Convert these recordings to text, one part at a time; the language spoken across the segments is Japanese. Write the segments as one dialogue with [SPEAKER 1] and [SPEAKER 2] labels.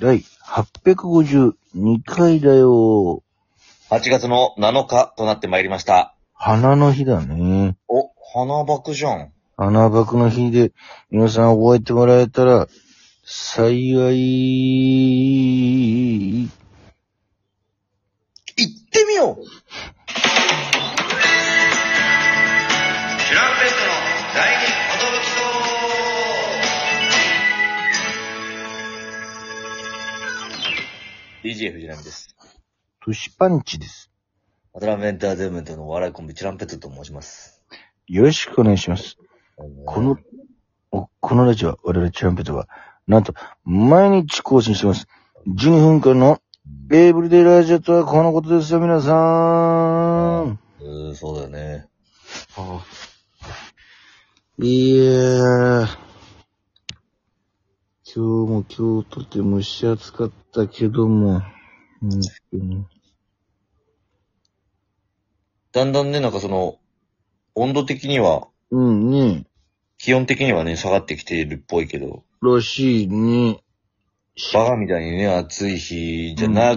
[SPEAKER 1] 第852回だよ。
[SPEAKER 2] 8月の7日となってまいりました。
[SPEAKER 1] 花の日だね。
[SPEAKER 2] お、花爆じゃん。
[SPEAKER 1] 花爆の日で、皆さん覚えてもらえたら、幸い。
[SPEAKER 2] 行ってみようシュランペストの大日驚きそう DJ 藤波です。
[SPEAKER 1] トシパンチです。
[SPEAKER 2] 渡辺エンターテインメントのお笑いコンビ、チュランペットと申します。
[SPEAKER 1] よろしくお願いします。この、おこのラジオは、我々チャンピオンは、なんと、毎日更新してます。12分間の、エイブリデイラジオとはこのことですよ、皆さん。
[SPEAKER 2] うーん、そうだよね。
[SPEAKER 1] いやー。今日も今日とて蒸し暑かったけども、本当に
[SPEAKER 2] だんだんね、なんかその、温度的には、
[SPEAKER 1] うんね、
[SPEAKER 2] 気温的にはね、下がってきてるっぽいけど、
[SPEAKER 1] らしいね。
[SPEAKER 2] バカみたいにね、暑い日じゃな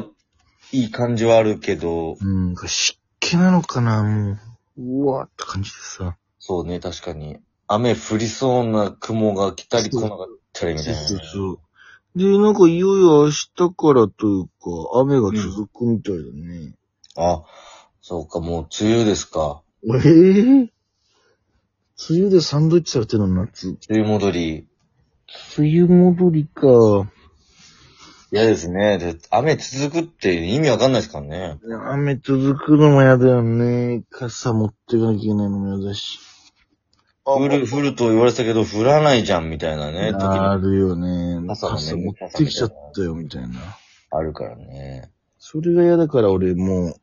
[SPEAKER 2] い感じはあるけど、
[SPEAKER 1] うん、湿気なのかな、もう。うわーって感じでさ。
[SPEAKER 2] そうね、確かに。雨降りそうな雲が来たり来
[SPEAKER 1] そう
[SPEAKER 2] なかったりみたいな。
[SPEAKER 1] そうそう。で、なんかいよいよ明日からというか、雨が続くみたいだね。
[SPEAKER 2] あ、そうか、もう梅雨ですか。
[SPEAKER 1] ええ梅雨でサンドイッチされてるの夏。
[SPEAKER 2] 梅雨戻り。
[SPEAKER 1] 梅雨戻りか。
[SPEAKER 2] 嫌ですね。で、雨続くって意味わかんないですからね。
[SPEAKER 1] 雨続くのも嫌だよね。傘持ってかなきゃいけないのも嫌だし。
[SPEAKER 2] 降る、降ると言われてたけど、降らないじゃんみたいなね、時
[SPEAKER 1] あ
[SPEAKER 2] に
[SPEAKER 1] るよね。
[SPEAKER 2] 傘
[SPEAKER 1] 傘
[SPEAKER 2] がね
[SPEAKER 1] 持ってきちゃったよ、みたいな。
[SPEAKER 2] あるからね。
[SPEAKER 1] それが嫌だから俺もう、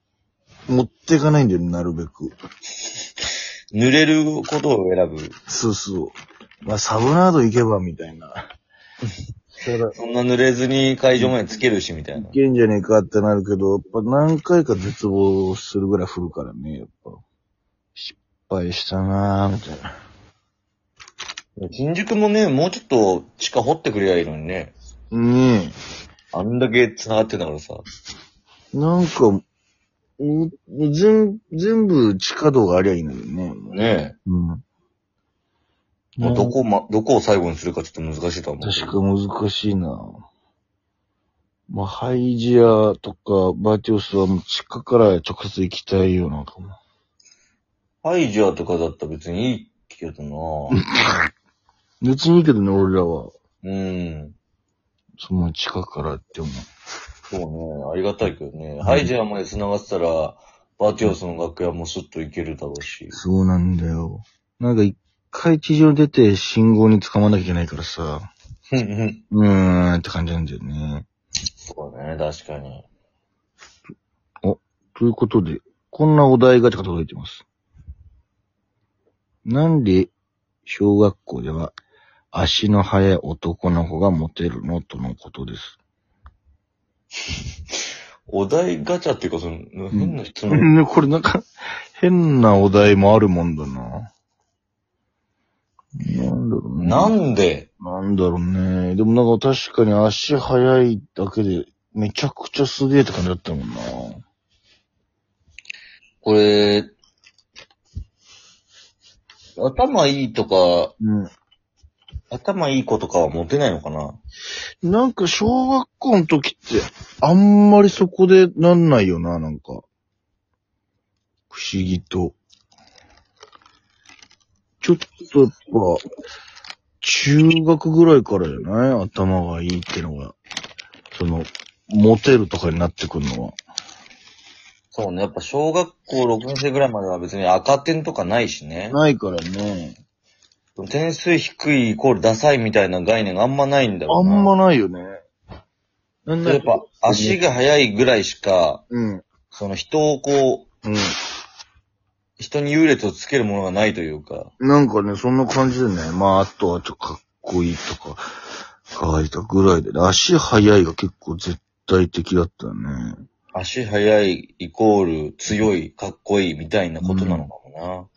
[SPEAKER 1] 持ってかないんだよ、なるべく。
[SPEAKER 2] 濡れることを選ぶ。
[SPEAKER 1] そうそう。まあ、サブナード行けば、みたいな。たら、い
[SPEAKER 2] そんな濡れずに会場までつけるし、みたいな。
[SPEAKER 1] けんじゃねえかってなるけど、やっぱ何回か絶望するぐらい降るからね、やっぱ。失敗したなぁ、みたいな。
[SPEAKER 2] 新宿もね、もうちょっと地下掘ってくれりゃいいのにね。
[SPEAKER 1] ねえ。
[SPEAKER 2] あんだけ繋がってんだからさ。
[SPEAKER 1] なんか、もう全、全部地下道がありゃいいのにね。もう
[SPEAKER 2] ね
[SPEAKER 1] うん。
[SPEAKER 2] え。もうどこま、どこを最後にするかちょっと難しいとは思う。
[SPEAKER 1] 確か難しいなまあ、ハイジアとかバティオスはもう地下から直接行きたいよ、なんかもう。
[SPEAKER 2] ハイジャーとかだったら別にいいけど な
[SPEAKER 1] 別にいいけどね、俺らは。
[SPEAKER 2] うん。
[SPEAKER 1] その地下からって思う。
[SPEAKER 2] そうね。ありがたいけどね。ハイジャーまで繋がってたら、バティオスの楽屋もスッと行けるだろう し。
[SPEAKER 1] そうなんだよ。なんか一回地上に出て信号に捕まんなきゃいけないからさ。
[SPEAKER 2] うんうん。
[SPEAKER 1] うーんって感じなんだよね。
[SPEAKER 2] そうね。確かに。
[SPEAKER 1] ということで、こんなお題が届いてます。なんで、小学校では、足の速い男の子がモテるのとのことです。
[SPEAKER 2] お題ガチャっていうか、その、変な質問。
[SPEAKER 1] ね、これなんか、変なお題もあるもんだな。なんだろうね。
[SPEAKER 2] なんで
[SPEAKER 1] なんだろうね。でもなんか確かに足速いだけで、めちゃくちゃすげえって感じだったもんな。
[SPEAKER 2] これ、頭いいとか、
[SPEAKER 1] うん。
[SPEAKER 2] 頭いい子とかはモテないのかな
[SPEAKER 1] なんか小学校の時って、あんまりそこでなんないよな、なんか。不思議と。ちょっとやっぱ、中学ぐらいからじゃない頭がいいってのが。その、モテるとかになってくるのは。
[SPEAKER 2] そうね。やっぱ小学校6年生ぐらいまでは別に赤点とかないしね。
[SPEAKER 1] ないからね。
[SPEAKER 2] 点数低いイコールダサいみたいな概念があんまないんだろ
[SPEAKER 1] あ
[SPEAKER 2] うな。
[SPEAKER 1] んまないよね。なん
[SPEAKER 2] やっぱ足が速いぐらいしか、
[SPEAKER 1] うん。
[SPEAKER 2] その人をこう、
[SPEAKER 1] う
[SPEAKER 2] 人に優劣をつけるものがないというか。
[SPEAKER 1] ん。なんかね、そんな感じでね。まあ、あとはちょっとかっこいいとか、可愛いとかぐらいで、ね、足速いが結構絶対的だったよね。
[SPEAKER 2] 足速いイコール強い、かっこいいみたいなことなのかも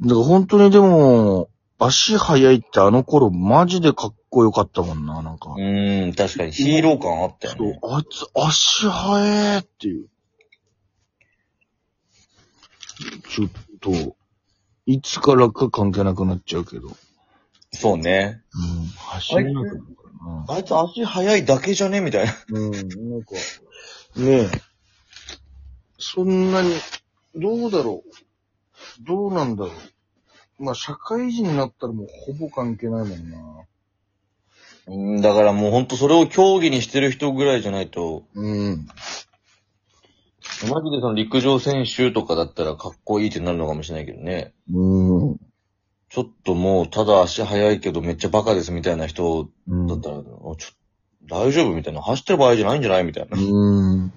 [SPEAKER 1] だから本当にでも、足速いってあの頃マジでかっこよかったもんな、なんか。
[SPEAKER 2] うん、確かにヒーロー感あったよ
[SPEAKER 1] そう
[SPEAKER 2] ね。、
[SPEAKER 1] あいつ足早えっていう。ちょっと、いつからか関係なくなっちゃうけど。うん、
[SPEAKER 2] そうね。
[SPEAKER 1] 走れなくなるからな。
[SPEAKER 2] あいつ足速いだけじゃねみたいな。
[SPEAKER 1] うん、なんか、ねえ。そんなに、どうだろう。どうなんだろう。まあ、社会人になったらもうほぼ関係ないもんな。
[SPEAKER 2] うん、だからもうほんとそれを競技にしてる人ぐらいじゃないと、
[SPEAKER 1] うん。
[SPEAKER 2] マジでその陸上選手とかだったらかっこいいってなるのかもしれないけどね。
[SPEAKER 1] うん。
[SPEAKER 2] ちょっともうただ足速いけどめっちゃバカですみたいな人
[SPEAKER 1] うん
[SPEAKER 2] だったら、おちょ大丈夫みたいな。走ってる場合じゃないんじゃないみたいな。
[SPEAKER 1] うん。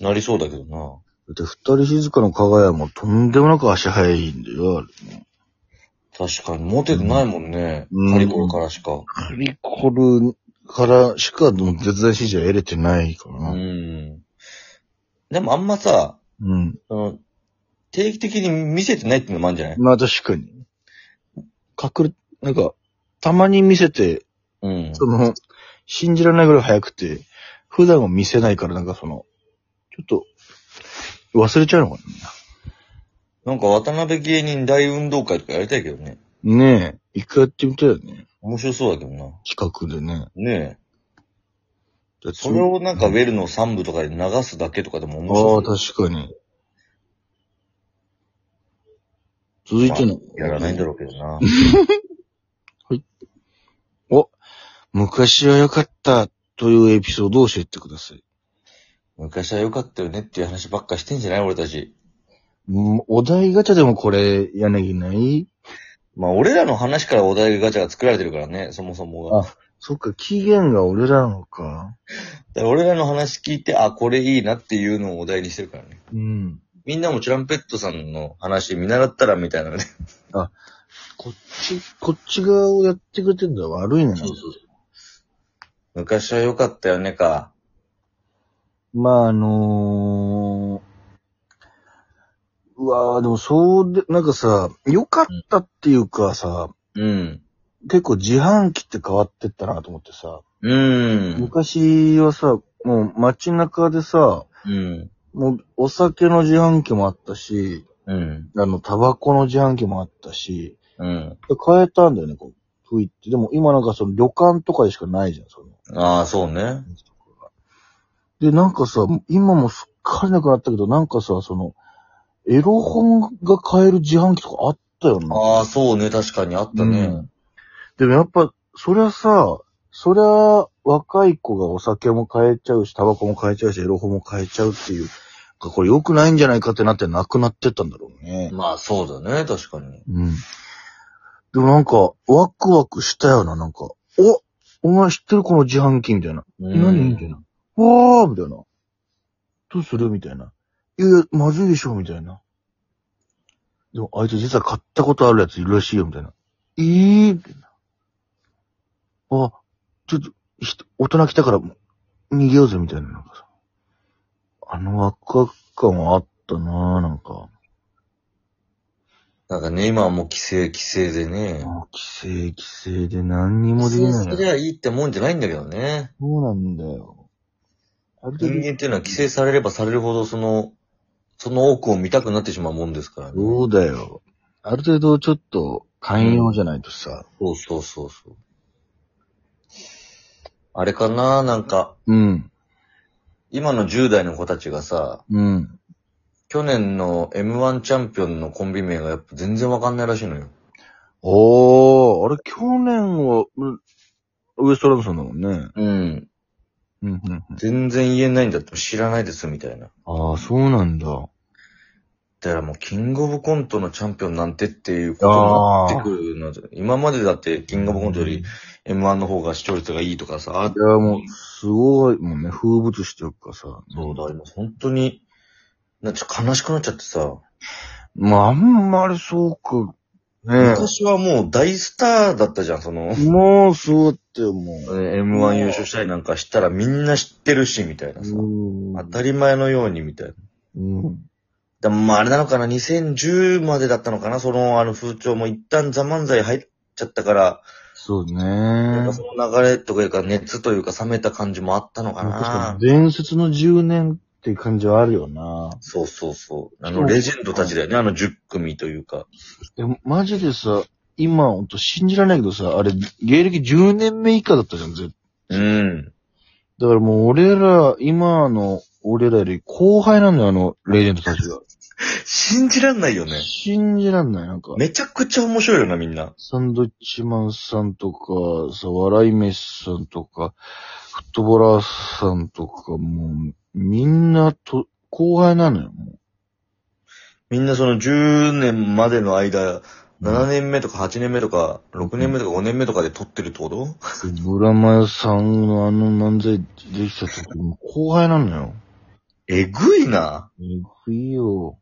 [SPEAKER 2] なりそうだけどな。
[SPEAKER 1] だって二人静かの加賀屋もとんでもなく足早いんだよ、あれ。
[SPEAKER 2] 確かに、モテてないもんね。
[SPEAKER 1] うん
[SPEAKER 2] カリコロからしか。
[SPEAKER 1] カリコルからしかもう絶大支持は得れてないから
[SPEAKER 2] う
[SPEAKER 1] な。
[SPEAKER 2] ん。でもあんまさ、
[SPEAKER 1] うん。
[SPEAKER 2] その、定期的に見せてないっていうのもあるんじゃない
[SPEAKER 1] まあ確かに。隠れ、なんか、たまに見せて、
[SPEAKER 2] うん。
[SPEAKER 1] その、信じられないぐらい早くて、普段は見せないからなんかその、ちょっと、忘れちゃうのか
[SPEAKER 2] なんか渡辺芸人大運動会とかやりたいけどね。
[SPEAKER 1] な。ねえ、一回やってみたいよね。
[SPEAKER 2] 面白そうだけどな。
[SPEAKER 1] 企画でね。
[SPEAKER 2] ねえ。
[SPEAKER 1] だって
[SPEAKER 2] それをなんかウェルの3部とかで流すだけとかでも面
[SPEAKER 1] あ
[SPEAKER 2] 白
[SPEAKER 1] あ、
[SPEAKER 2] い。
[SPEAKER 1] 確かに。続いての。
[SPEAKER 2] やらないんだろうけどな。
[SPEAKER 1] お、昔は良かったというエピソードを教えてください。
[SPEAKER 2] 昔は良かったよねっていう話ばっかしてんじゃない俺たち。
[SPEAKER 1] うんお題ガチャでもこれ、柳ない
[SPEAKER 2] まあ俺らの話からお題ガチャが作られてるからね、そもそもが。
[SPEAKER 1] あそっか、期限が俺らなのか。
[SPEAKER 2] だから俺らの話聞いて、あ、これいいなっていうのをお題にしてるからね。
[SPEAKER 1] うん。
[SPEAKER 2] みんなもチュランペットさんの話見習ったらみたいなね。
[SPEAKER 1] こっち、こっち側をやってくれてんだ。悪いね。
[SPEAKER 2] 昔は良かったよねか。
[SPEAKER 1] まあ、あのー、うわーでもそうで、なんかさ、良かったっていうかさ、
[SPEAKER 2] うん。
[SPEAKER 1] 結構自販機って変わってったなと思ってさ、
[SPEAKER 2] うーん。
[SPEAKER 1] 昔はさ、もう街中でさ、
[SPEAKER 2] うん。
[SPEAKER 1] もうお酒の自販機もあったし、
[SPEAKER 2] うん。
[SPEAKER 1] あの、タバコの自販機もあったし、
[SPEAKER 2] うん。
[SPEAKER 1] で変えたんだよね、こう、ふいって。でも今なんかその旅館とかでしかないじゃん、その。
[SPEAKER 2] ああ、そうね。
[SPEAKER 1] で、なんかさ、今もすっかりなくなったけど、なんかさ、その、エロ本が買える自販機とかあったよな。
[SPEAKER 2] ああ、そうね。確かにあった
[SPEAKER 1] う
[SPEAKER 2] ね。
[SPEAKER 1] んでもやっぱ、そりゃさ、そりゃ若い子がお酒も買えちゃうし、タバコも買えちゃうし、エロ本も買えちゃうっていう、これ良くないんじゃないかってなってなくなってったんだろうね。
[SPEAKER 2] まあ、そうだね。確かに。
[SPEAKER 1] うん。でもなんか、ワクワクしたよな、なんか。おお前知ってるこの自販機みたいな。
[SPEAKER 2] うん
[SPEAKER 1] 何みたいな。わーみたいな。どうするみたいな。いやいや、まずいでしょみたいな。でも、あいつ実は買ったことあるやついるらしいよ、みたいな。えー、みたいな。あ、ちょっと、ひと大人来たから、逃げようぜ、みたいな。なんかさあのワクワク感はあったなぁ、なんか。
[SPEAKER 2] なんかね、今はもう規制、規制でね。
[SPEAKER 1] もう規制、規制で何にも
[SPEAKER 2] 規
[SPEAKER 1] でき
[SPEAKER 2] 制す
[SPEAKER 1] ない。
[SPEAKER 2] りゃいいってもんじゃないんだけどね。
[SPEAKER 1] そうなんだよ。ある程度、
[SPEAKER 2] 人間っていうのは規制されればされるほど、その、その奥を見たくなってしまうもんですからね。
[SPEAKER 1] そうだよ。ある程度、ちょっと、寛容じゃないとさ。
[SPEAKER 2] そうそうそうそう。あれかななんか、
[SPEAKER 1] うん。
[SPEAKER 2] 今の10代の子たちがさ、
[SPEAKER 1] うん。
[SPEAKER 2] 去年の M1 チャンピオンのコンビ名がやっぱ全然わかんないらしいのよ。
[SPEAKER 1] おー、あれ、去年は、うんウエストランドさんだもんね。
[SPEAKER 2] うん。
[SPEAKER 1] うん、うん。
[SPEAKER 2] 全然言えないんだって知らないですみたいな。
[SPEAKER 1] ああ、そうなんだ。
[SPEAKER 2] だからもうキングオブコントのチャンピオンなんてっていうことになってくるので、今までだってキングオブコントより M1 の方が視聴率がいいとかさ、あ
[SPEAKER 1] いや、もう、すごい、もうね、風物詩というかさ。
[SPEAKER 2] そうだ、今本当に、なんかちょっと悲しくなっちゃってさ、
[SPEAKER 1] まあ、あんまりそうか。ね
[SPEAKER 2] 昔はもう大スターだったじゃん、その。
[SPEAKER 1] え。もう、そうだって、もう。
[SPEAKER 2] ね M1 優勝したりなんかしたらみんな知ってるし、みたいなさ。
[SPEAKER 1] うん
[SPEAKER 2] 当たり前のように、みたいな。
[SPEAKER 1] うん。
[SPEAKER 2] でもまああれなのかな、2010までだったのかな、その、あの風潮も一旦ザ漫才入っちゃったから、
[SPEAKER 1] そう
[SPEAKER 2] なん
[SPEAKER 1] ね
[SPEAKER 2] か。その流れとかいうか、熱というか冷めた感じもあったのか
[SPEAKER 1] 確か
[SPEAKER 2] な
[SPEAKER 1] に。伝説の10年っていう感じはあるよな。
[SPEAKER 2] そうそうそう。あの、レジェンドたちだよね、あの10組というか。
[SPEAKER 1] でも、マジでさ、今、ほんと信じられないけどさ、あれ、芸歴10年目以下だったじゃん、絶
[SPEAKER 2] うん。
[SPEAKER 1] だからもう俺ら、今の俺らより後輩なんだよ、あの、レジェンドたちが。
[SPEAKER 2] 信じらんないよね。
[SPEAKER 1] 信じらんない、なんか。
[SPEAKER 2] めちゃくちゃ面白いよな、みんな。
[SPEAKER 1] サンドイッチマンさんとか、さ、笑い飯さんとか、フットボラーさんとか、もう、みんなと、後輩なのよ、も
[SPEAKER 2] みんなその10年までの間、
[SPEAKER 1] う。
[SPEAKER 2] 7年目とか8年目とか、6年目とか5年目とかで撮ってるってこと
[SPEAKER 1] ブラマヨさんのあの漫才できた時、もう後輩なのよ。
[SPEAKER 2] えぐいな。
[SPEAKER 1] えぐいよ。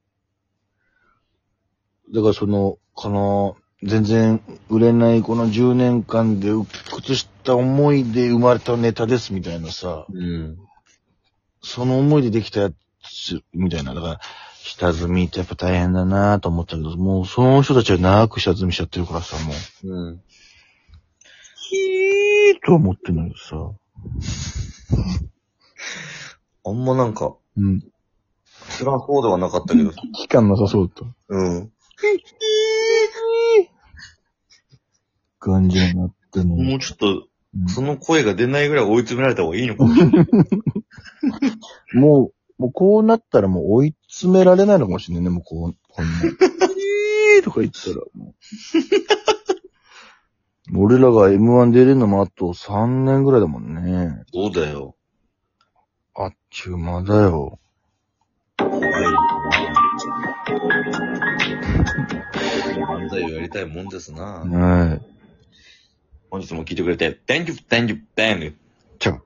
[SPEAKER 1] だからその、この、全然売れないこの10年間で鬱屈した思いで生まれたネタですみたいなさ、
[SPEAKER 2] うん。
[SPEAKER 1] その思いでできたやつみたいな。だから、下積みってやっぱ大変だなと思ったけど、もうその人たちは長く下積みしちゃってるからさ、もう、
[SPEAKER 2] うん。
[SPEAKER 1] ひーとは思ってんだけどさ。
[SPEAKER 2] あんまなんか、
[SPEAKER 1] うん。
[SPEAKER 2] 辛そうではなかったけど。
[SPEAKER 1] 期間なさそうと。
[SPEAKER 2] うん。
[SPEAKER 1] 感じになってね。
[SPEAKER 2] もうちょっと、
[SPEAKER 1] うん
[SPEAKER 2] その声が出ないぐらい追い詰められた方がいいのかもしれない。
[SPEAKER 1] もう、もうこうなったらもう追い詰められないのかもしれないね、 もうこう、こんな。えーとか言ってたら、もう。もう俺らが M1 出れるのもあと3年ぐらいだもんね。
[SPEAKER 2] そうだよ。
[SPEAKER 1] あっちゅう間だよ。
[SPEAKER 2] 怖い。漫才をやりたいもんですな。
[SPEAKER 1] はい。
[SPEAKER 2] 本日も聞いてくれて、Thank you, thank you, thank you.
[SPEAKER 1] ちゃう。